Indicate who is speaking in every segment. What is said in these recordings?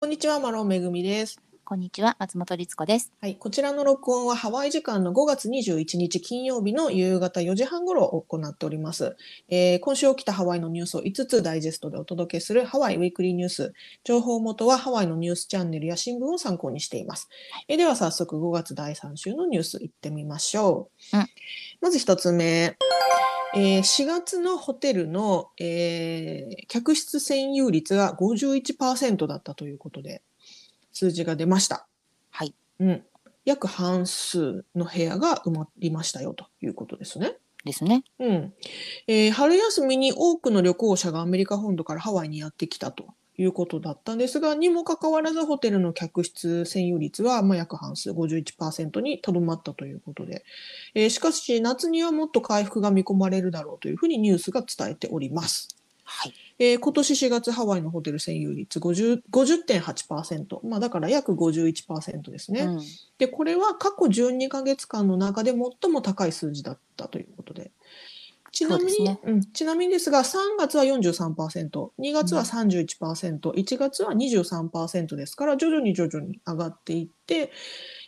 Speaker 1: こんにちは、マロンめぐみです。
Speaker 2: こんにちは、松本律子です。
Speaker 1: はい、こちらの録音はハワイ時間の5月21日金曜日の夕方4時半頃行っております。えー今週起きたハワイのニュースを5つダイジェストでお届けするハワイウィークリーニュース。情報元はハワイのニュースチャンネルや新聞を参考にしています。えーでは早速5月第3週のニュースいってみましょう。
Speaker 2: うん
Speaker 1: まず1つ目。えー4月のホテルの、えー客室占有率が51%だったということで数字が出ました。
Speaker 2: はい。
Speaker 1: うん、約半数の部屋が埋まりましたよということですね。
Speaker 2: ですね。
Speaker 1: うんえー春休みに多くの旅行者がアメリカ本土からハワイにやってきたということだったんですがにもかかわらずホテルの客室占有率は、まあ、約半数51%にとどまったということで、えーしかし夏にはもっと回復が見込まれるだろうというふうにニュースが伝えております。
Speaker 2: はい。
Speaker 1: えー今年4月ハワイのホテル占有率50 50.8%、まあ、だから約51%ですね。
Speaker 2: うん。
Speaker 1: でこれは過去12ヶ月間の中で最も高い数字だったということで。ちなみに
Speaker 2: そうですね
Speaker 1: うん、ちなみにですが3月は 43%2 月は 31%1 月は23%ですから徐々に徐々に上がっていって、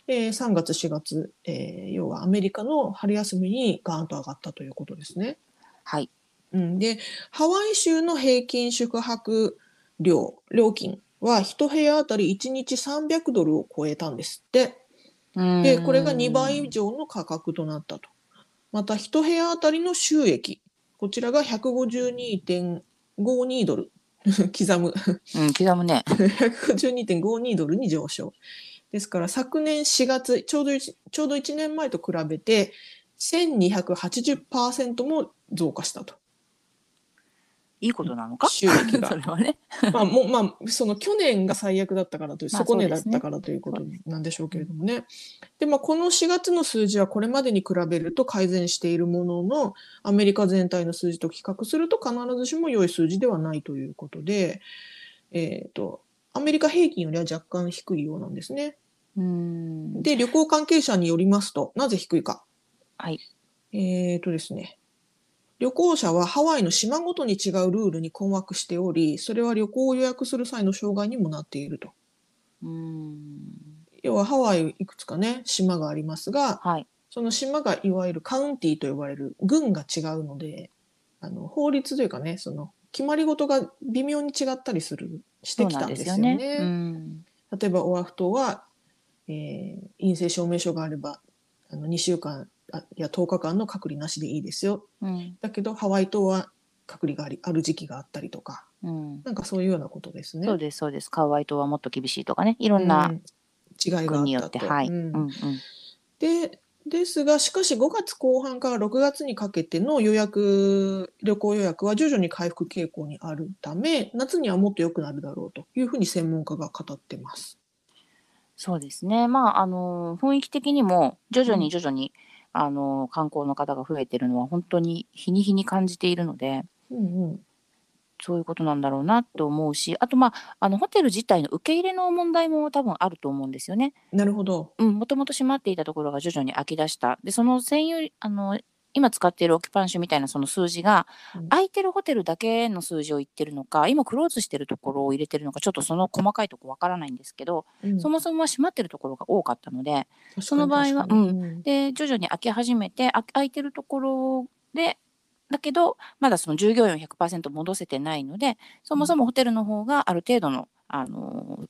Speaker 1: えー3月4月、えー要はアメリカの春休みにガーンと上がったということですね。
Speaker 2: はい。
Speaker 1: うん、でハワイ州の平均宿泊料料金は1部屋あたり1日300ドルを超えたんですって。でこれが2倍以
Speaker 2: 上。
Speaker 1: 上の価格となったと。また1部屋あたりの収益こちらが152.52ドル 刻む
Speaker 2: うん、刻むね。
Speaker 1: 152.52ドルに上昇ですから昨年4月ちょうど一ちょうど1年前と比べて1280%も増加したと
Speaker 2: いいことな のか。
Speaker 1: 収益
Speaker 2: そ
Speaker 1: が
Speaker 2: れはね。
Speaker 1: まあもうまあその去年が最悪だったからという
Speaker 2: まあ
Speaker 1: 底値
Speaker 2: そ
Speaker 1: だ
Speaker 2: う
Speaker 1: っ
Speaker 2: ですね
Speaker 1: たからということなんでしょうけれどもね。でまあこの4月の数字はこれまでに比べると改善しているもののアメリカ全体の数字と比較すると必ずしも良い数字ではないということで、えー、とアメリカ平均よりは若干低いようなんですね。
Speaker 2: うん。
Speaker 1: で旅行関係者によりますとなぜ低いか。
Speaker 2: はい。
Speaker 1: えーとですね旅行者はハワイの島ごとに違うルールに困惑しておりそれは旅行を予約する際の障害にもなっていると。
Speaker 2: うん。
Speaker 1: 要はハワイいくつかね島がありますが
Speaker 2: はい。
Speaker 1: その島がいわゆるカウンティーと呼ばれる郡が違うのであの法律というかねその決まり事が微妙に違ったりするして
Speaker 2: そう
Speaker 1: き
Speaker 2: な
Speaker 1: た
Speaker 2: ん
Speaker 1: ん
Speaker 2: で
Speaker 1: です
Speaker 2: す
Speaker 1: よね。
Speaker 2: よね。うん。
Speaker 1: 例えばオアフ島は、えー陰性証明書があればあの2週間あいや10日間の隔離なしでいいですよ
Speaker 2: うん。
Speaker 1: だけどハワイ島は隔離がありある時期があったりとか
Speaker 2: うん。
Speaker 1: なんかそういうようなことですね。
Speaker 2: そうです。そうです。カワイ島はもっと厳しいとかね。いろん
Speaker 1: う
Speaker 2: なん
Speaker 1: 違いがあ
Speaker 2: 国によ
Speaker 1: った
Speaker 2: って。
Speaker 1: と。
Speaker 2: はい。う
Speaker 1: うん
Speaker 2: ん。うん。
Speaker 1: でですがしかし5月後半から6月にかけての予約旅行予約は徐々に回復傾向にあるため夏にはもっと良くなるだろうというふうに専門家が語ってます。
Speaker 2: そうですね。まあ、あの、雰囲気的にも、徐々に徐々に。あの観光の方が増えてるのは本当に日に日に感じているので、
Speaker 1: うんうん、
Speaker 2: そういうことなんだろうなと思うし、あと、まあ、あのホテル自体の受け入れの問題も多分あると思うんですよね。
Speaker 1: なるほど。
Speaker 2: うん、もともと閉まっていたところが徐々に空き出した。で、その専用、あの、今使っているオキュパンシュみたいなその数字が、
Speaker 1: うん
Speaker 2: 空いてるホテルだけの数字を言ってるのか、今クローズしてるところを入れてるのか、ちょっとその細かいとこわからないんですけど、
Speaker 1: うん
Speaker 2: そもそもは閉まってるところが多かったので、その場合
Speaker 1: 確
Speaker 2: は
Speaker 1: かに確かに
Speaker 2: で、徐々に空き始めて、あ空いてるところで、だけど、まだその従業員を100%戻せてないので、そもそもホテルの方がある程度の、あのー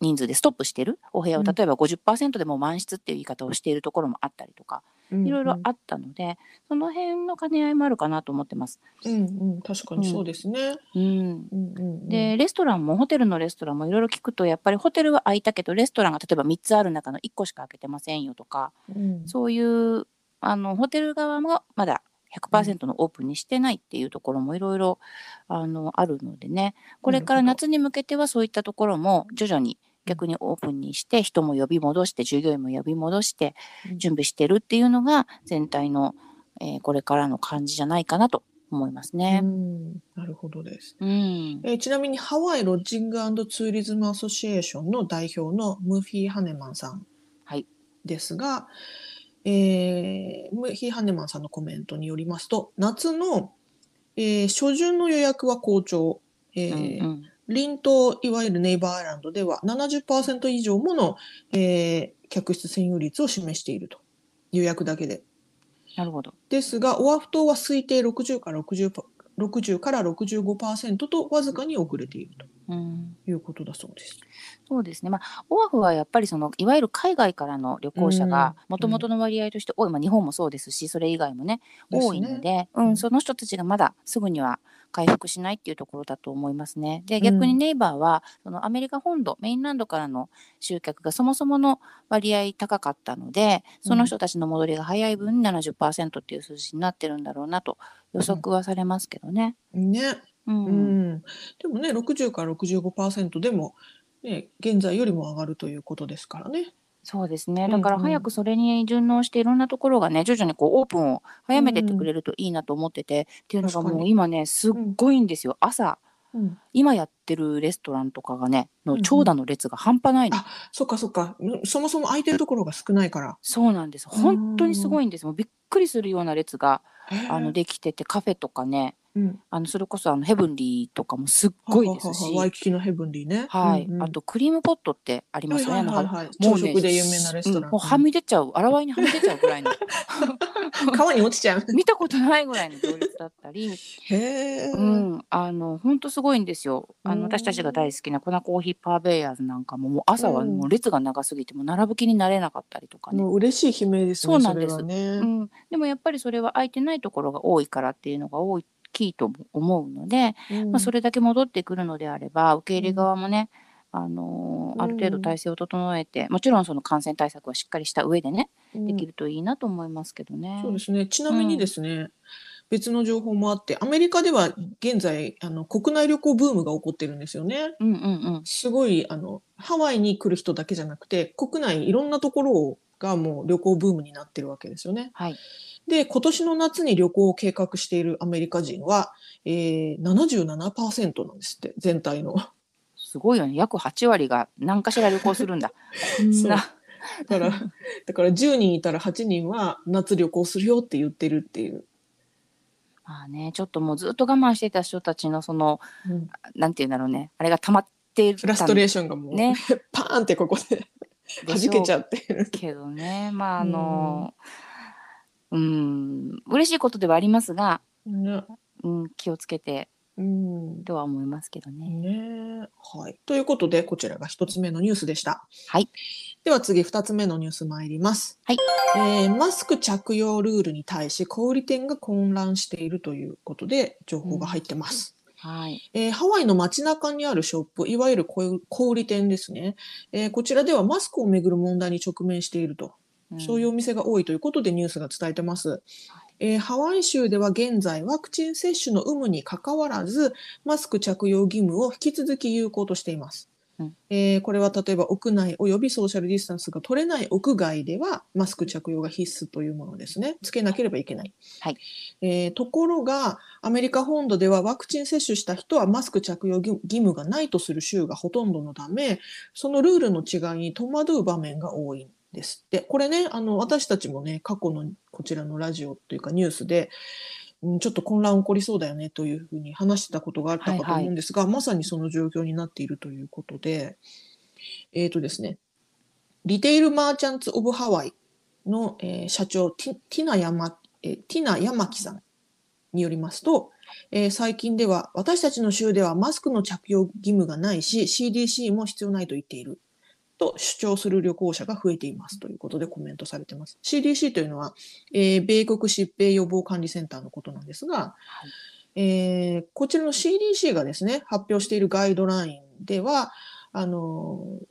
Speaker 2: 人数でストップしてるお部屋を
Speaker 1: うん
Speaker 2: 例えば50%でもう満室っていう言い方をしているところもあったりとか、
Speaker 1: うんうん
Speaker 2: いろいろあったので、その辺の兼ね合いもあるかなと思ってます。
Speaker 1: うんうん、確かにそうですね。
Speaker 2: うん
Speaker 1: うんうんうん、
Speaker 2: でレストランもホテルのレストランもいろいろ聞くとやっぱりホテルは空いたけどレストランが例えば3つある中の1個しか開けてませんよとか、
Speaker 1: うん、
Speaker 2: そういうあのホテル側もまだ100%のオープンにしてないっていうところもいろいろあのあるのでねこれから
Speaker 1: なるほ
Speaker 2: 夏に向けてはそういったところも徐々に逆にオープンにして人も呼び戻して従業員も呼び戻して
Speaker 1: うん
Speaker 2: 準備してるっていうのが全体の、えーこれからの感じじゃないかなと思います
Speaker 1: う
Speaker 2: ね。
Speaker 1: ん、なるほどです。
Speaker 2: うん、
Speaker 1: えーちなみにハワイロッジングツーリズムアソシエーションの代表のムーフィー・ハネマンさん
Speaker 2: はい
Speaker 1: ですが、えームーフィー・ハネマンさんのコメントによりますと夏の、えー初旬の予約は好調、えー
Speaker 2: うんうん
Speaker 1: 隣島、いわゆるネイバーアイランドでは70%以上もの、えー客室占有率を示していると。予約だけで。
Speaker 2: なるほど。
Speaker 1: ですが、オアフ島は推定60から60パ、60から65%とわずかに遅れていると
Speaker 2: うん、
Speaker 1: いうことだそうです。
Speaker 2: そうですね、まあ、オアフはやっぱりそのいわゆる海外からの旅行者が
Speaker 1: うん
Speaker 2: もともとの割合として多い、まあ、日本もそうですしそれ以外もね
Speaker 1: ですね
Speaker 2: 多いのでう
Speaker 1: うんん
Speaker 2: その人たちがまだすぐには回復しないっていうところだと思いますね。で
Speaker 1: ん
Speaker 2: 逆にネイバーはそのアメリカ本土メインランドからの集客がそもそもの割合高かったのでその人たちの戻りが早い分70%っていう数字になってるんだろうなと予測はされますけどね。
Speaker 1: ね。
Speaker 2: うん
Speaker 1: うん。でもね、60から65%でも、ね、現在よりも上がるということですからね。
Speaker 2: そうですね。
Speaker 1: うん
Speaker 2: だから
Speaker 1: うん
Speaker 2: 早くそれに順応していろんなところがね、徐々にこうオープンを早めてってくれるといいなと思ってて、っていうのが
Speaker 1: 確か
Speaker 2: もう
Speaker 1: に
Speaker 2: 今ね、すっごいんですよ。朝、
Speaker 1: うん、
Speaker 2: 今やってるレストランとかがね、
Speaker 1: うんう
Speaker 2: の
Speaker 1: ん
Speaker 2: 長蛇の列が半端ないの。
Speaker 1: あそっかそっか。うんそもそも空いてるところが少ないから。
Speaker 2: そうなんです。本当にすごいんです。もうびっくりするような列があの
Speaker 1: で、
Speaker 2: できてて、カフェとかね、
Speaker 1: うん、
Speaker 2: あのそれこそあのヘブンリーとかもすっごいです
Speaker 1: ははははワイ
Speaker 2: し、
Speaker 1: キキのヘブンリーね。
Speaker 2: はい
Speaker 1: うんう。ん
Speaker 2: あとクリームポットってありま
Speaker 1: はい
Speaker 2: すよ
Speaker 1: は
Speaker 2: ね。
Speaker 1: い
Speaker 2: な
Speaker 1: は
Speaker 2: ん
Speaker 1: い
Speaker 2: か
Speaker 1: はい。
Speaker 2: も
Speaker 1: 朝
Speaker 2: うね
Speaker 1: 食で有名なレストラ
Speaker 2: う
Speaker 1: ン。
Speaker 2: んもうはみ出ちゃう、あらわいにはみ出ちゃうぐらいの。
Speaker 1: 川に落ちちゃう。
Speaker 2: 見たことないぐらいの行列だった り、
Speaker 1: へえ。
Speaker 2: うん、あの本当すごいんですよ。あ
Speaker 1: う
Speaker 2: の
Speaker 1: ん
Speaker 2: 私たちが大好きな粉コーヒーパーベイヤーズなんかももう朝は
Speaker 1: うん
Speaker 2: もう列が長すぎてもう並ぶ気になれなかったりとかね。
Speaker 1: もう嬉しい悲鳴ですね。
Speaker 2: そうなんです
Speaker 1: それはね
Speaker 2: う。ん、でもやっぱりそれは空いてないところが多いからっていうのが大きいと思うので、
Speaker 1: うん
Speaker 2: まあ、それだけ戻ってくるのであれば受け入れ側もね、あのーある程度体制を整えて、もちろんその感染対策はしっかりした上でね、
Speaker 1: うん
Speaker 2: できるといいなと思いますけどね。
Speaker 1: そうですね。ちなみにですね、別の情報もあって、アメリカでは現在あの国内旅行ブームが起こってるんですよね。
Speaker 2: うんうんうん。
Speaker 1: すごいあのハワイに来る人だけじゃなくて、国内いろんなところがもう旅行ブームになってるわけですよね。
Speaker 2: はい。
Speaker 1: で、今年の夏に旅行を計画しているアメリカ人は、えー、77%なんですって、全体 の。
Speaker 2: すごいよね。約8割が何かしら旅行するんだ。こ ん
Speaker 1: そう
Speaker 2: な。
Speaker 1: だから、だから10人いたら8人は夏旅行するよって言ってるっていう。
Speaker 2: まあね、ちょっともうずっと我慢してた人たちのその、
Speaker 1: うん
Speaker 2: なんていうんだろうね、あれが溜まってる
Speaker 1: フラストレーションがもう、
Speaker 2: ね、
Speaker 1: パーンってここで弾けちゃってる。
Speaker 2: けどね、まああの、うん、嬉しいことではありますが、
Speaker 1: ね
Speaker 2: うん、気をつけて
Speaker 1: うん
Speaker 2: とは思いますけどね。
Speaker 1: ねはい。ということで、こちらが一つ目のニュースでした。
Speaker 2: はい。
Speaker 1: では次、二つ目のニュース参ります。
Speaker 2: はい。
Speaker 1: えーマスク着用ルールに対し、小売店が混乱しているということで、情報が入ってます。
Speaker 2: はい。
Speaker 1: えーハワイの街中にあるショップ、いわゆる小売小売店ですね、えーこちらではマスクをめぐる問題に直面していると。
Speaker 2: うん
Speaker 1: そういうお店が多いということでニュースが伝えてます。えーハワイ州では現在ワクチン接種の有無にかかわらずマスク着用義務を引き続き有効としています。
Speaker 2: うん
Speaker 1: えーこれは例えば屋内およびソーシャルディスタンスが取れない屋外ではマスク着用が必須というものですね。つけなければいけない。
Speaker 2: はい
Speaker 1: えーところがアメリカ本土ではワクチン接種した人はマスク着用義義務がないとする州がほとんどのためそのルールの違いに戸惑う場面が多いんですって。これね、あの、私たちもね、過去のこちらのラジオというかニュースで、うんちょっと混乱起こりそうだよねというふうに話してたことがあったかと
Speaker 2: はいはい
Speaker 1: 思うんですが、まさにその状況になっているということで、えっ、とですね、リテールマーチャンツ・オブ・ハワイの、えー社長ティティナヤマ、えーティナヤマキさんによりますと、えー最近では私たちの州ではマスクの着用義務がないし CDC も必要ないと言っていると主張する旅行者が増えていますということでコメントされています。CDC というのは、えー米国疾病予防管理センターのことなんですが、
Speaker 2: はい
Speaker 1: えーこちらの CDC がですね発表しているガイドラインではあのー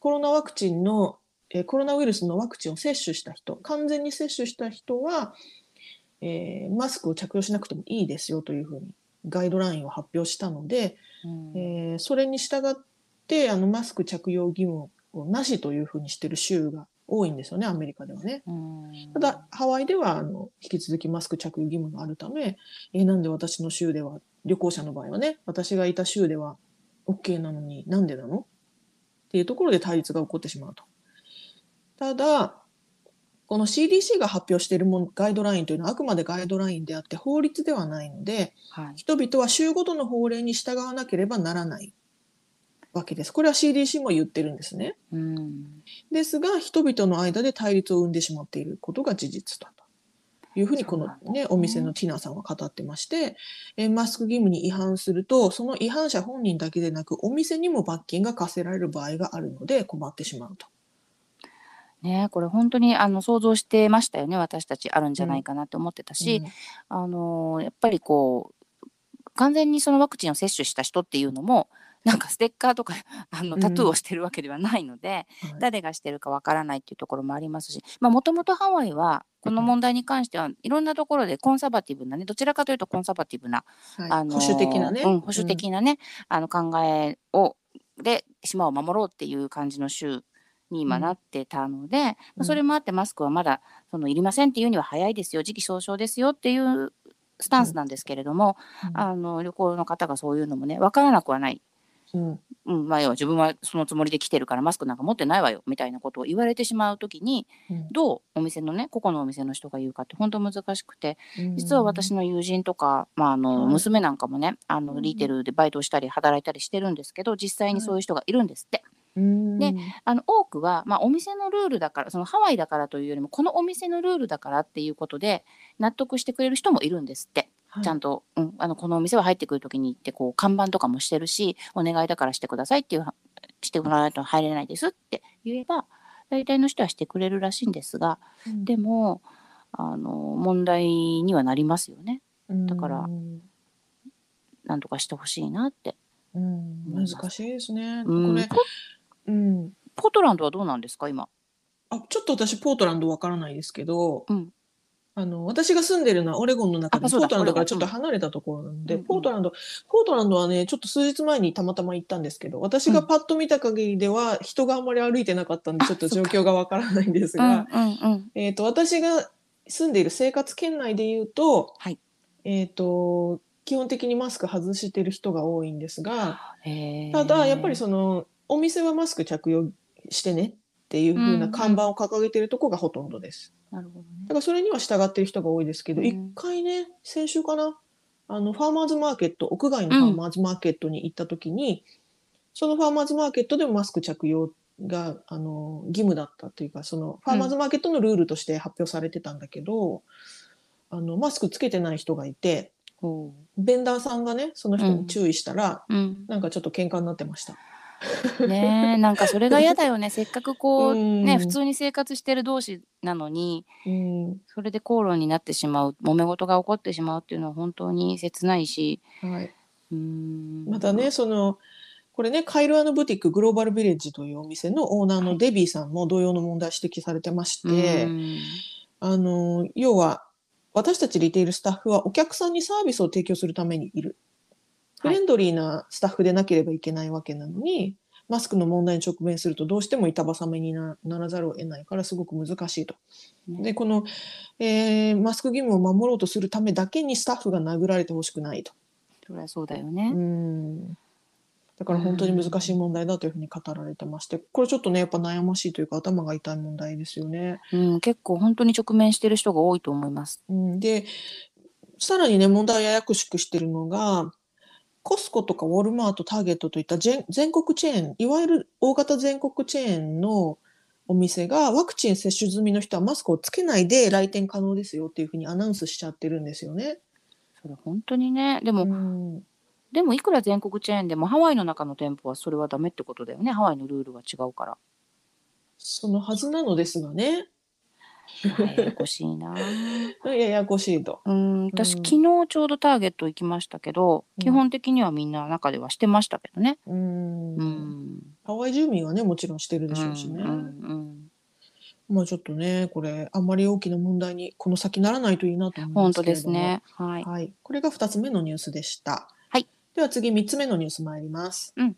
Speaker 1: コロナワクチンの、えーコロナウイルスのワクチンを接種した人完全に接種した人は、えーマスクを着用しなくてもいいですよというふうにガイドラインを発表したので、
Speaker 2: うん
Speaker 1: えーそれに従ってあのマスク着用義務をなしというふうにしている州が多いんですよねアメリカではね。
Speaker 2: うん
Speaker 1: ただ、ハワイではあの引き続きマスク着用義務があるため、えーなんで私の州では、旅行者の場合はね、私がいた州では OK なのになんでなのっていうところで対立が起こってしまうと。ただ、この CDC が発表しているものガイドラインというのはあくまでガイドラインであって法律ではないので、
Speaker 2: はい、
Speaker 1: 人々は州ごとの法令に従わなければならないわけです。これは CDC も言ってるんですね。
Speaker 2: うん、
Speaker 1: ですが人々の間で対立を生んでしまっていることが事実だというふうにこの、
Speaker 2: そうなん
Speaker 1: ねお店のティナさんは語ってましてえーマスク義務に違反するとその違反者本人だけでなくお店にも罰金が課せられる場合があるので困ってしまうと。
Speaker 2: ねこれ本当にあの想像してましたよね私たちあるんじゃないかなと思ってたし、あのやっぱりこう完全にそのワクチンを接種した人っていうのも なんかステッカーとか あのタトゥーをしてるわけではないので、
Speaker 1: うんはい
Speaker 2: 誰がしてるかわからないっていうところもありますしもともとハワイはこの問題に関してはいろんなところでコンサバティブなねどちらかというとコンサバティブな、
Speaker 1: はい
Speaker 2: あの
Speaker 1: 保守的なね、
Speaker 2: うん保守的なね、あの考えをで島を守ろうっていう感じの州に今
Speaker 1: うん
Speaker 2: なってたので、ま
Speaker 1: う
Speaker 2: あ
Speaker 1: ん
Speaker 2: それもあってマスクはまだそのいりませんっていうには早いですよ時期尚早ですよっていうスタンスなんですけれども、
Speaker 1: うん
Speaker 2: あの旅行の方がそういうのもね分からなくはない、
Speaker 1: うんうん
Speaker 2: うんまあ、要は自分はそのつもりで来てるからマスクなんか持ってないわよみたいなことを言われてしまう時に
Speaker 1: うん
Speaker 2: どうお店のね個々のお店の人が言うかって本当難しくて
Speaker 1: うん
Speaker 2: 実は私の友人とか、まあ、あの
Speaker 1: はい
Speaker 2: 娘なんかもねあ
Speaker 1: う
Speaker 2: の
Speaker 1: ん
Speaker 2: リーテルでバイトをしたり働いたりしてるんですけど実際にそういう人がいるんですって、
Speaker 1: うん
Speaker 2: ねあの多くは、まあ、お店のルールだからそのハワイだからというよりもこのお店のルールだからっていうことで納得してくれる人もいるんですって。
Speaker 1: はい
Speaker 2: ちゃんと、うん、あのこのお店は入ってくる時に行ってこう看板とかもしてるしお願いだからしてくださいっていうはしてもらわないと入れないですって言えば大体の人はしてくれるらしいんですが
Speaker 1: うん
Speaker 2: でもあの問題にはなりますよねだから
Speaker 1: うん
Speaker 2: なんとかしてほしいなって、
Speaker 1: うん難しいですね。
Speaker 2: う
Speaker 1: こ
Speaker 2: ん
Speaker 1: れ、
Speaker 2: ポ
Speaker 1: うん、
Speaker 2: ポートランドはどうなんですか今、
Speaker 1: あちょっと私ポートランドわからないですけど、
Speaker 2: うん
Speaker 1: あの私が住んでるのはオレゴンの中でポ
Speaker 2: あそうだ
Speaker 1: ートランドから
Speaker 2: オレゴン
Speaker 1: ちょっと離れたところなので、
Speaker 2: うんうん
Speaker 1: ポートランドポートランドはねちょっと数日前にたまたま行ったんですけど私がパッと見た限りでは人があんまり歩いてなかったんで
Speaker 2: あ
Speaker 1: ちょっと
Speaker 2: そ
Speaker 1: 状
Speaker 2: っか
Speaker 1: 況がわからないんです
Speaker 2: うんう
Speaker 1: が、
Speaker 2: んうん、
Speaker 1: えー、と私が住んでいる生活圏内で言うと,、
Speaker 2: はい
Speaker 1: えー、と基本的にマスク外してる人が多いんですが。
Speaker 2: へー
Speaker 1: ただやっぱりそのお店はマスク着用してねっていう風な看板を掲げてるとこがほとんどです。
Speaker 2: なるほどね
Speaker 1: だからそれには従ってる人が多いですけど、
Speaker 2: うん
Speaker 1: 一回ね先週かなあのファーマーズマーケット屋外のファーマーズマーケットに行った時に、そのファーマーズマーケットでもマスク着用があの義務だったというかそのファーマーズマーケットのルールとして発表されてたんだけど、あのマスクつけてない人がいて
Speaker 2: ほ
Speaker 1: ベンダーさんがねその人に注意したら、
Speaker 2: ううん
Speaker 1: なんかちょっと喧嘩になってました。
Speaker 2: ねえなんかそれが嫌だよね せっかくこう
Speaker 1: う
Speaker 2: ね
Speaker 1: ん
Speaker 2: 普通に生活してる同士なのに
Speaker 1: うん
Speaker 2: それで口論になってしまう揉め事が起こってしまうっていうのは本当に切ないし
Speaker 1: はい、
Speaker 2: うーん
Speaker 1: またねそのこれねカイロブティックグローバルビレッジというお店のオーナーのデビーさんも同様の問題指摘されてまし
Speaker 2: う
Speaker 1: て、
Speaker 2: ん
Speaker 1: あの要は私たちリテールスタッフはお客さんにサービスを提供するためにいるフ
Speaker 2: はい
Speaker 1: レンドリーなスタッフでなければいけないわけなのに、マスクの問題に直面するとどうしても板挟めになならざるを得ないからすごく難しいと。
Speaker 2: ね
Speaker 1: でこの、えーマスク義務を守ろうとするためだけにスタッフが殴られてほしくないと。
Speaker 2: そりゃそうだよね
Speaker 1: う、んだから本当に難しい問題だというふうに語られてまして、これちょっとね、やっぱ悩ましいというか頭が痛い問題ですよね。
Speaker 2: うん、結構本当に直面してる人が多いと思います
Speaker 1: うん、で、さらにね、問題をややこしくしてるのが、コスコとかウォルマート、ターゲットといった全全国チェーン、いわゆる大型全国チェーンのお店がワクチン接種済みの人はマスクをつけないで来店可能ですよっていうふうにアナウンスしちゃってるんですよね。
Speaker 2: それ本当にねでも、
Speaker 1: うん、
Speaker 2: でもいくら全国チェーンでもハワイの中の店舗はそれはダメってことだよねハワイのルールは違う から。
Speaker 1: そのはずなのですがね、
Speaker 2: ややこしいなぁ
Speaker 1: ややこしいと。
Speaker 2: うん私
Speaker 1: うん
Speaker 2: 昨日ちょうどターゲット行きましたけど、
Speaker 1: うん
Speaker 2: 基本的にはみんな中ではしてましたけどね。
Speaker 1: うん
Speaker 2: うん
Speaker 1: ハワイ住民はねもちろんしてるでしょうしね、
Speaker 2: うんうん
Speaker 1: まあちょっとねこれあんまり大きな問題にこの先ならないといいなと
Speaker 2: う
Speaker 1: 思
Speaker 2: ん
Speaker 1: い
Speaker 2: 本
Speaker 1: ます
Speaker 2: 当
Speaker 1: けれ
Speaker 2: で
Speaker 1: ど
Speaker 2: す
Speaker 1: も、
Speaker 2: ね。はい。
Speaker 1: はい、これが2つ目のニュースでした、
Speaker 2: はい、
Speaker 1: では次3つ目のニュース参ります、
Speaker 2: うん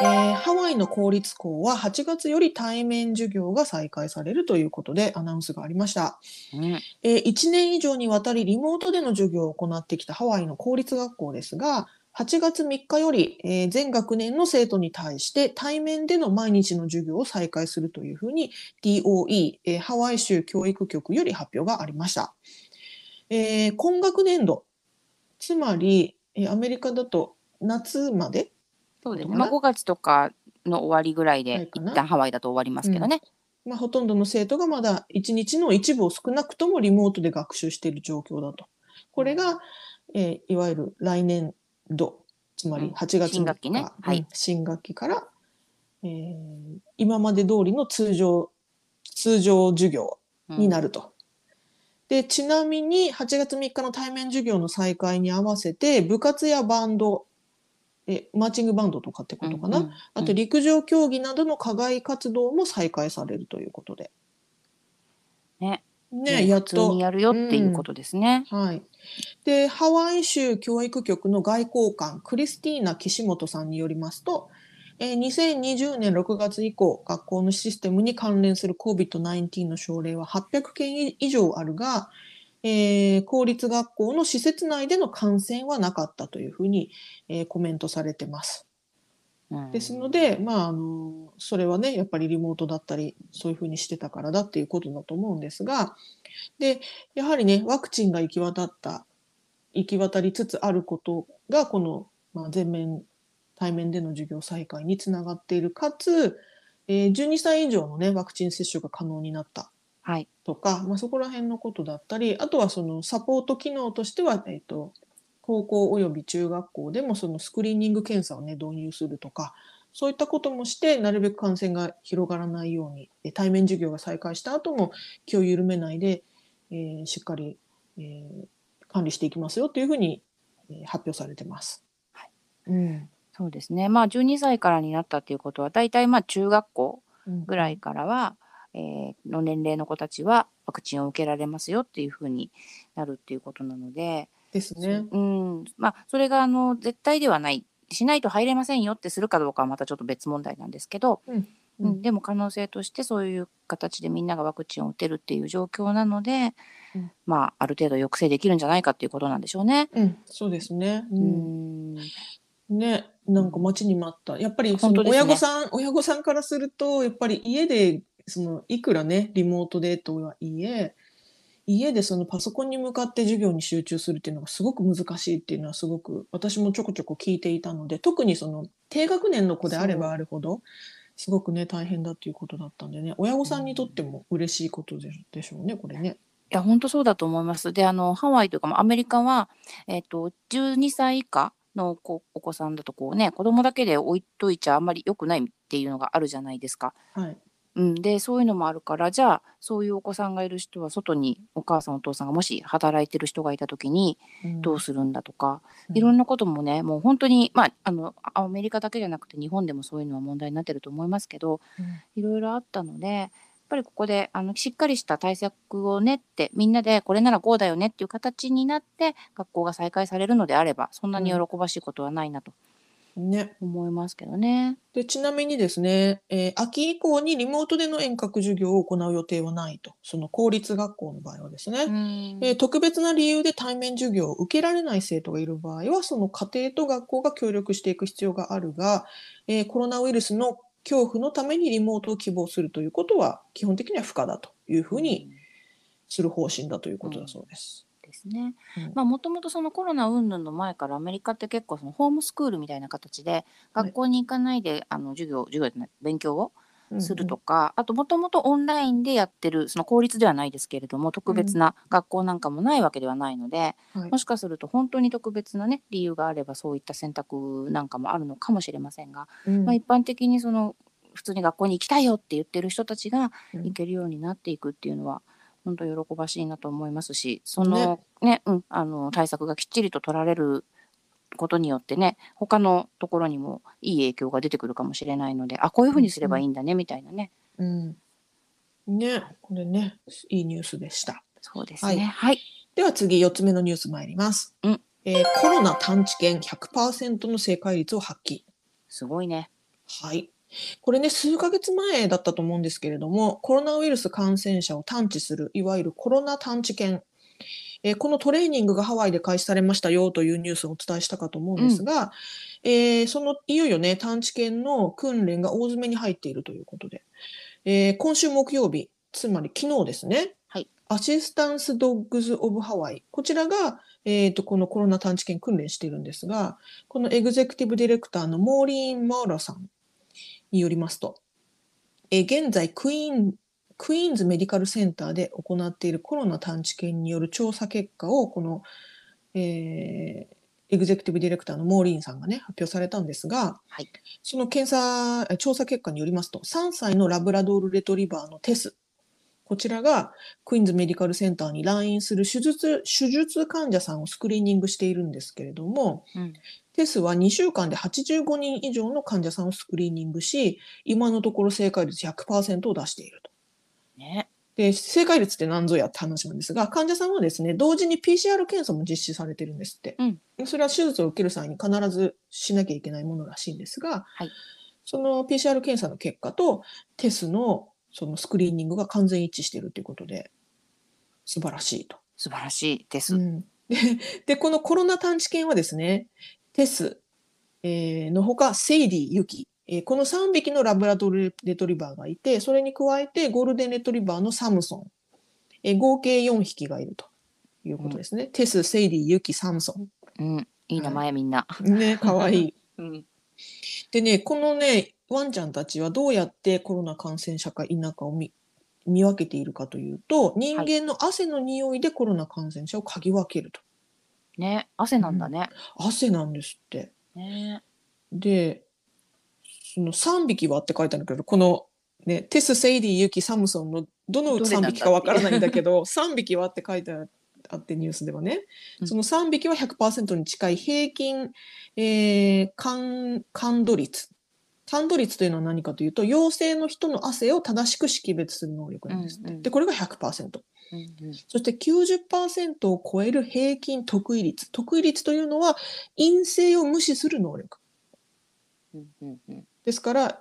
Speaker 1: えーハワイの公立校は8月より対面授業が再開されるということでアナウンスがありました
Speaker 2: うん
Speaker 1: えー1年以上にわたりリモートでの授業を行ってきたハワイの公立学校ですが、8月3日より、えー全学年の生徒に対して対面での毎日の授業を再開するというふうに DOE、えーハワイ州教育局より発表がありました。えー今学年度、つまり、えーアメリカだと夏まで
Speaker 2: そうですね。
Speaker 1: ことか
Speaker 2: ま
Speaker 1: な
Speaker 2: あ、5月とかの終わりぐらい
Speaker 1: は
Speaker 2: で
Speaker 1: い、か
Speaker 2: 一
Speaker 1: な
Speaker 2: 旦ハワイだと終わりますけどね。
Speaker 1: まあ、ほとんどの生徒がまだ1日の一部を少なくともリモートで学習している状況だと。これが、えーいわゆる来年度、つま
Speaker 2: う
Speaker 1: り
Speaker 2: ん
Speaker 1: 8月から
Speaker 2: 新学期ね
Speaker 1: うん
Speaker 2: はい
Speaker 1: 新学期から、えー今まで通りの通常、通常授業
Speaker 2: うん
Speaker 1: になると。で、ちなみに8月3日の対面授業の再開に合わせて、部活やバンド、えマーチングバンドとかってことかな、
Speaker 2: うんうん
Speaker 1: あと陸上競技などの課外活動も再開されるということで。
Speaker 2: ね。
Speaker 1: ね、
Speaker 2: ね
Speaker 1: やっ
Speaker 2: 普通に
Speaker 1: と。
Speaker 2: やるよっていうことですね。
Speaker 1: はい。で、ハワイ州教育局の外交官、クリスティーナ岸本さんによりますと、えー2020年6月以降、学校のシステムに関連する COVID-19 の症例は800件以上あるが、えー公立学校の施設内での感染はなかったというふうに、えーコメントされてます。
Speaker 2: うん
Speaker 1: ですの、で、まあ、あのそれはねやっぱりリモートだったりそういうふうにしてたからだっていうことだと思うんですがでやはりねワクチンが行き渡った行き渡りつつあることがこの、まあ、全面対面での授業再開につながっているかつ、えー12歳以上の、ね、ワクチン接種が可能になった
Speaker 2: はい。
Speaker 1: とか、まあ、そこら辺のことだったりあとはそのサポート機能としては、えっと高校および中学校でもそのスクリーニング検査を、ね、導入するとかそういったこともしてなるべく感染が広がらないようにえ対面授業が再開した後も気を緩めないで、えーしっかり、えー管理していきますよというふうに、えー発表されてます。
Speaker 2: はい
Speaker 1: うん
Speaker 2: そうですね。まあ、12歳からになったっていうことは、大体まあ、中学校
Speaker 1: うん
Speaker 2: ぐらいからは、えーの年齢の子たちはワクチンを受けられますよっていうふうになるっていうことなので、
Speaker 1: ですね。
Speaker 2: うん、まあ、それがあの絶対ではない。しないと入れませんよってするかどうかはまたちょっと別問題なんですけど、
Speaker 1: うん
Speaker 2: う
Speaker 1: うん
Speaker 2: んでも可能性としてそういう形でみんながワクチンを打てるっていう状況なので、
Speaker 1: うん
Speaker 2: まあある程度抑制できるんじゃないかっていうことなんでしょうね。
Speaker 1: うん、そうですね。う
Speaker 2: うんん、
Speaker 1: ね、なんか待ちに待った。やっぱりそ
Speaker 2: 本当
Speaker 1: の
Speaker 2: ですね
Speaker 1: 親御さん、親御さんからすると、やっぱり家で、そのいくらね、リモートでとはいえ、家でそのパソコンに向かって授業に集中するっていうのがすごく難しいっていうのはすごく私もちょこちょこ聞いていたので、特にその低学年の子であればあるほど、すごくね、大変だっていうことだったんでね、親御さんにとっても嬉しいことででしょうね、これね。
Speaker 2: いや本当そうだと思います。であのハワイというかまあアメリカは、えっと12歳以下のこお子さんだとこうね子供だけで置いといちゃあんまり良くないっていうのがあるじゃないですか。
Speaker 1: はい。
Speaker 2: うん、でそういうのもあるからじゃあそういうお子さんがいる人は外にお母さんお父さんがもし働いてる人がいた時に
Speaker 1: うん
Speaker 2: どうするんだとか、
Speaker 1: うん
Speaker 2: いろんなこともねもう本当に、まあ、あのあアメリカだけじゃなくて日本でもそういうのは問題になってると思いますけど
Speaker 1: うん
Speaker 2: いろいろあったのでやっぱりここであのしっかりした対策を練ってみんなでこれならこうだよねっていう形になって学校が再開されるのであればそんなに喜ばしいことはないなと
Speaker 1: ね。
Speaker 2: 思いますけどね。
Speaker 1: でちなみにですね、えー秋以降にリモートでの遠隔授業を行う予定はないと、その公立学校の場合はですね、
Speaker 2: うん
Speaker 1: えー特別な理由で対面授業を受けられない生徒がいる場合は、その家庭と学校が協力していく必要があるが、えーコロナウイルスの恐怖のためにリモートを希望するということは、基本的には不可だというふうにする方針だということだそうです。
Speaker 2: ですね
Speaker 1: うん。
Speaker 2: まあもともとそのコロナ云々の前からアメリカって結構そのホームスクールみたいな形で学校に行かないであの授業授業じゃない勉強をするとか、あともともとオンラインでやってるその公立ではないですけれども特別な学校なんかもないわけではないので、
Speaker 1: うんうんはい
Speaker 2: もしかすると本当に特別なね理由があればそういった選択なんかもあるのかもしれませんが、
Speaker 1: うん
Speaker 2: まあ、一般的にその普通に学校に行きたいよって言ってる人たちが
Speaker 1: うん
Speaker 2: 行けるようになっていくっていうのは本当喜ばしいなと思いますしそのねうん、あの対策がきっちりと取られることによってね他のところにもいい影響が出てくるかもしれないのであこういうふうにすればいいんだねみたいなね、
Speaker 1: うんね、これね、いいニュースでした。
Speaker 2: そうですねはい、
Speaker 1: では次、4つ目のニュース参ります。
Speaker 2: うん
Speaker 1: えーコロナ探知犬100%の正解率を発揮。
Speaker 2: すごいね。
Speaker 1: はい。これね、数ヶ月前だったと思うんですけれども、コロナウイルス感染者を探知する、いわゆるコロナ探知犬。えーこのトレーニングがハワイで開始されましたよというニュースをお伝えしたかと思うんですが、えーそのいよいよね、探知犬の訓練が大詰めに入っているということで、えー今週木曜日、つまり昨日ですね、
Speaker 2: はい
Speaker 1: アシスタンス・ドッグズ・オブ・ハワイ、こちらが、えー、とこのコロナ探知犬訓練しているんですがこのエグゼクティブディレクターのモーリーン・マーラさんによりますと、えー現在クイーンクイーンズメディカルセンターで行っているコロナ探知犬による調査結果をこの、えーエグゼクティブディレクターのモーリーンさんがね発表されたんですが、
Speaker 2: はい
Speaker 1: その検査え調査結果によりますと3歳のラブラドールレトリバーのテスこちらがクイーンズメディカルセンターに来院する手術手術患者さんをスクリーニングしているんですけれども
Speaker 2: うん
Speaker 1: テスは2週間で85人以上の患者さんをスクリーニングし今のところ正解率100%を出していると。
Speaker 2: ね
Speaker 1: で正解率って何ぞやって話なんですが患者さんはですね同時に PCR 検査も実施されてるんですって、それは手術を受ける際に必ずしなきゃいけないものらしいんですが、
Speaker 2: はい
Speaker 1: その PCR 検査の結果とテスのそのスクリーニングが完全一致しているということで素晴らしいと。
Speaker 2: 素晴らしいです。
Speaker 1: うん、で でこのコロナ探知犬はですねテス、えーのほかセイディ・ユキ、えーこの3匹のラブラドルレトリバーがいてそれに加えてゴールデンレトリバーのサムソン、えー合計4匹がいるということですね、テスセイディ・ユキサムソ
Speaker 2: うん、いい名前みんな。
Speaker 1: ンねかわいい
Speaker 2: うん、
Speaker 1: でねこのねワンちゃんたちはどうやってコロナ感染者か否かを見見分けているかというと人間の汗の匂いでコロナ感染者を嗅ぎ分けると、
Speaker 2: ね、汗なんだね。
Speaker 1: 汗なんですって
Speaker 2: ね、
Speaker 1: で、その3匹はって書いてあるけど、この、ね、テス、セイディ、ユキ、サムソンのどのうち
Speaker 2: どれなん
Speaker 1: 3
Speaker 2: だ
Speaker 1: 匹かわからないんだけど、3匹はって書いてあってニュースではね、
Speaker 2: うん
Speaker 1: その3匹は100%に近い平均、えー、感感度率。感度率というのは何かというと、陽性の人の汗を正しく識別する能力なんですって。
Speaker 2: うんうん
Speaker 1: で、これが100%。
Speaker 2: うんうん、
Speaker 1: そして90%を超える平均得意率。得意率というのは陰性を無視する能力。
Speaker 2: うんうんうん
Speaker 1: ですから、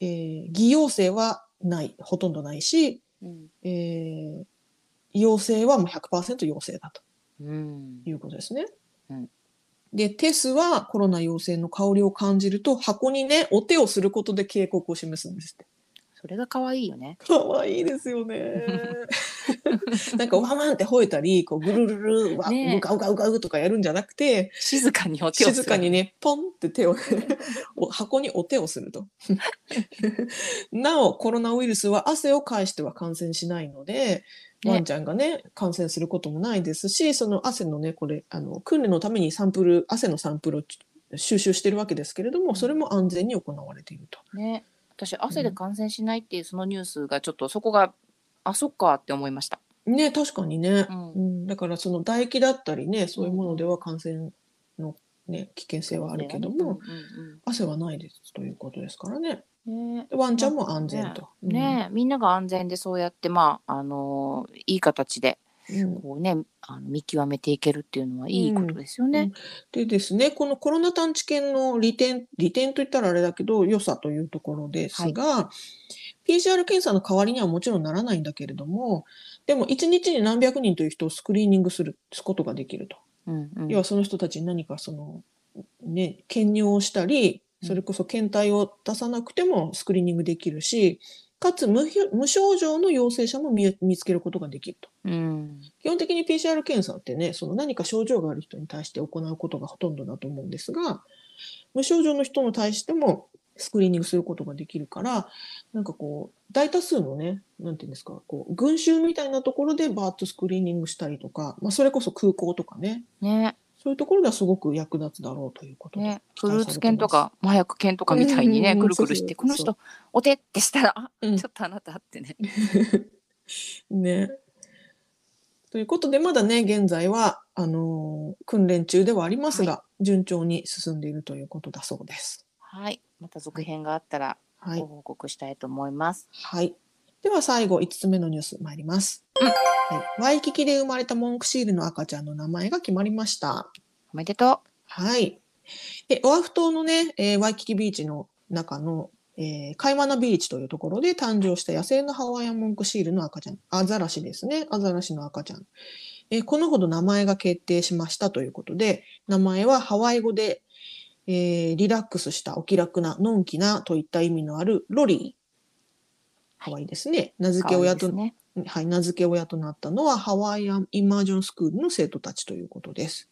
Speaker 1: えー偽陽性はない、ほとんどないし、
Speaker 2: うん、
Speaker 1: えー陽性はもう100%陽性だと
Speaker 2: うん、
Speaker 1: いうことですね。
Speaker 2: うん
Speaker 1: で、テスはコロナ陽性の香りを感じると、箱にね、お手をすることで警告を示すんですって。
Speaker 2: それが可愛いよね。
Speaker 1: かわいいですよ ね。なんかワンワンって吠えたり、こうぐるるる、わ、
Speaker 2: ねえ
Speaker 1: うかうかうかうとかやるんじゃなくて、
Speaker 2: 静かにお手をする
Speaker 1: 静かに。ね、ポンって手を、お箱にお手をすると。 なお、コロナウイルスは汗を介しては感染しないので、
Speaker 2: ね
Speaker 1: ワンちゃんがね、感染することもないですし、その汗のね、これ、あの、訓練のためにサンプル、汗のサンプルを収集してるわけですけれども、それも安全に行われていると。
Speaker 2: ね、私汗で感染しないっていうそのニュースがちょっとそこが、あ、そっかって思いました。
Speaker 1: ね、確かにね
Speaker 2: う。ん
Speaker 1: う、ん、だからその唾液だったりね、そういうものでは感染のね、危険性はあるけども、
Speaker 2: うん
Speaker 1: 汗はないですということですからね。
Speaker 2: うんうん、ね。
Speaker 1: でワンちゃんも安全と。
Speaker 2: ねみんなが安全でそうやってまああのーいい形で
Speaker 1: うんうん
Speaker 2: こうねあの見極めていけるっていうのはいいことですよね。
Speaker 1: でですね、このコロナ探知犬の利点、利点といったらあれだけど、良さというところですが、PCR 検査の代わりにはもちろんならないんだけれども、でも1日に何百人という人をスクリーニングするすることができると。
Speaker 2: うんうん
Speaker 1: 要はその人たちに何かその、ね、検尿をしたり、
Speaker 2: うん
Speaker 1: それこそ検体を出さなくてもスクリーニングできるし、かつ無表無症状の陽性者も見見つけることができると。
Speaker 2: うん
Speaker 1: 基本的に PCR 検査ってね、その何か症状がある人に対して行うことがほとんどだと思うんですが、無症状の人に対してもスクリーニングすることができるから、なんかこう、大多数のね、なんていうんですか、こう、群衆みたいなところでバーッとスクリーニングしたりとか、まあ、それこそ空港とかね、
Speaker 2: ね
Speaker 1: そういうところではすごく役立つだろうということで。
Speaker 2: ねフルーツ犬とか麻薬犬とかみたいにね、
Speaker 1: うんうんうん
Speaker 2: くるくるし
Speaker 1: そ
Speaker 2: て
Speaker 1: う
Speaker 2: この
Speaker 1: そ
Speaker 2: 人お手ってしたらあ
Speaker 1: うん
Speaker 2: ちょっとあなたってね。
Speaker 1: ね。ということで、まだね、現在は、あのー訓練中ではありますが、順調に進んでいるということだそうです。
Speaker 2: はいまた続編があったら
Speaker 1: はい
Speaker 2: ご。報告したいと思います。
Speaker 1: はい。では最後、5つ目のニュース参ります。
Speaker 2: うん
Speaker 1: はい、ワイキキで生まれたモンクシールの赤ちゃんの名前が決まりました。
Speaker 2: おめでと
Speaker 1: はい。でオアフ島のね、えーワイキキビーチの中の、えーカイワナビーチというところで誕生した野生のハワイアンモンクシールの赤ちゃん、アザラシですね、アザラシの赤ちゃん。えーこのほど名前が決定しましたということで、名前はハワイ語で、えーリラックスした、お気楽な、のんきなといった意味のあるロリー。ハワイですね。名
Speaker 2: う。
Speaker 1: 付
Speaker 2: 可
Speaker 1: け
Speaker 2: 愛い
Speaker 1: 親
Speaker 2: で
Speaker 1: と
Speaker 2: すね。
Speaker 1: はい、名付け親となったのはハワイアンインマージョンスクールの生徒たちということです。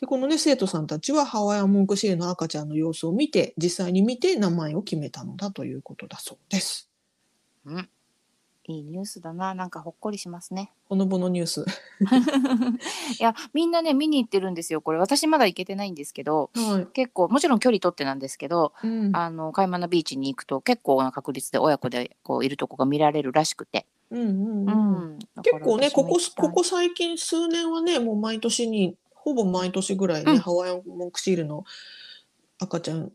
Speaker 1: でこの、ね、生徒さんたちはハワイアン文句支援の赤ちゃんの様子を見て実際に見て名前を決めたのだということだそうです。
Speaker 2: いいニュースだな。なんかほっこりしますね。
Speaker 1: ほのぼのニュース。
Speaker 2: いや、みんなね、見に行ってるんですよ。これ、私まだ行けてないんですけど、
Speaker 1: はい
Speaker 2: 結構、もちろん距離取ってなんですけど、
Speaker 1: うん
Speaker 2: あの、カイマナビーチに行くと、結構な確率で親子で、こう、いるとこが見られるらしくて。
Speaker 1: うんうんうん
Speaker 2: だから
Speaker 1: 結構ね
Speaker 2: 私も
Speaker 1: ここ
Speaker 2: 行きたい
Speaker 1: ここ最近数年はねもう毎年にほぼ毎年ぐらいね、
Speaker 2: うん
Speaker 1: ハワイアンモンクシールの赤ちゃん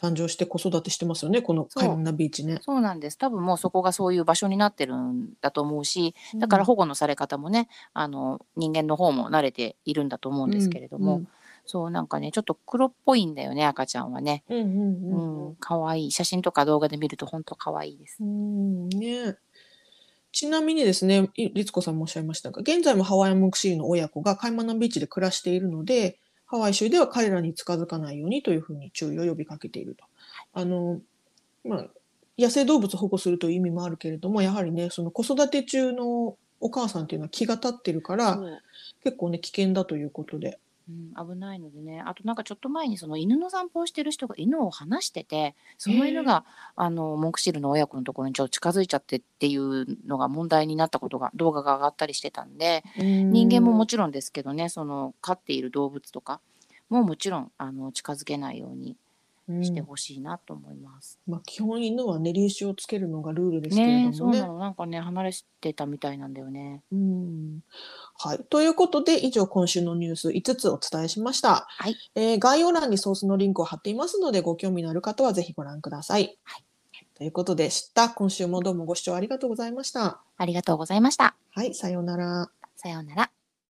Speaker 1: 誕生して子育てしてますよねこの
Speaker 2: そう
Speaker 1: カイマンナビーチね。
Speaker 2: そうなんです。多分もうそこがそういう場所になってるんだと思うし、だから
Speaker 1: ほ
Speaker 2: 保護のされ方もね、あの人間の方も慣れているんだと思うんですけれども、そうなんかねちょっと黒っぽいんだよね赤ちゃんはね。
Speaker 1: うんうんう
Speaker 2: うん
Speaker 1: うん
Speaker 2: ん、可愛い写真とか動画で見ると本当可愛いです。
Speaker 1: うんね、ちなみにですねい律子さんもおっしゃいましたが現在もハワイアンモンクシールの親子がカイマンナビーチで暮らしているのでハワイ州では彼らに近づかないようにというふうに注意を呼びかけていると。あのまあ、野生動物を保護するという意味もあるけれどもやはりねその子育て中のお母さんっていうのは気が立ってるから
Speaker 2: そう
Speaker 1: 結構ね危険だということで。
Speaker 2: うん、危ないのでねあとなんかちょっと前にその犬の散歩をしてる人が犬を離しててその犬があのモンクシルの親子のところにちょっと近づいちゃってっていうのが問題になったことが動画が上がったりしてたんで、人
Speaker 1: 人
Speaker 2: 間ももちろんですけどねその飼っている動物とかももちろんあの近づけないようにしてほしいなと思います。
Speaker 1: まあ、基本犬はねleash をつけるのがルールですけれ
Speaker 2: ね
Speaker 1: ど
Speaker 2: えそ
Speaker 1: も
Speaker 2: う
Speaker 1: ね。
Speaker 2: なのなんかね離れてたみたいなんだよね。
Speaker 1: うんはい。ということで、以上今週のニュース5つお伝えしました。
Speaker 2: はい
Speaker 1: えー概要欄にソースのリンクを貼っていますので、ご興味のある方はぜひご覧ください。
Speaker 2: はい
Speaker 1: ということで、知った今週もどうもご視聴ありがとうございました。
Speaker 2: ありがとうございました。
Speaker 1: はい、さようなら。
Speaker 2: さようなら。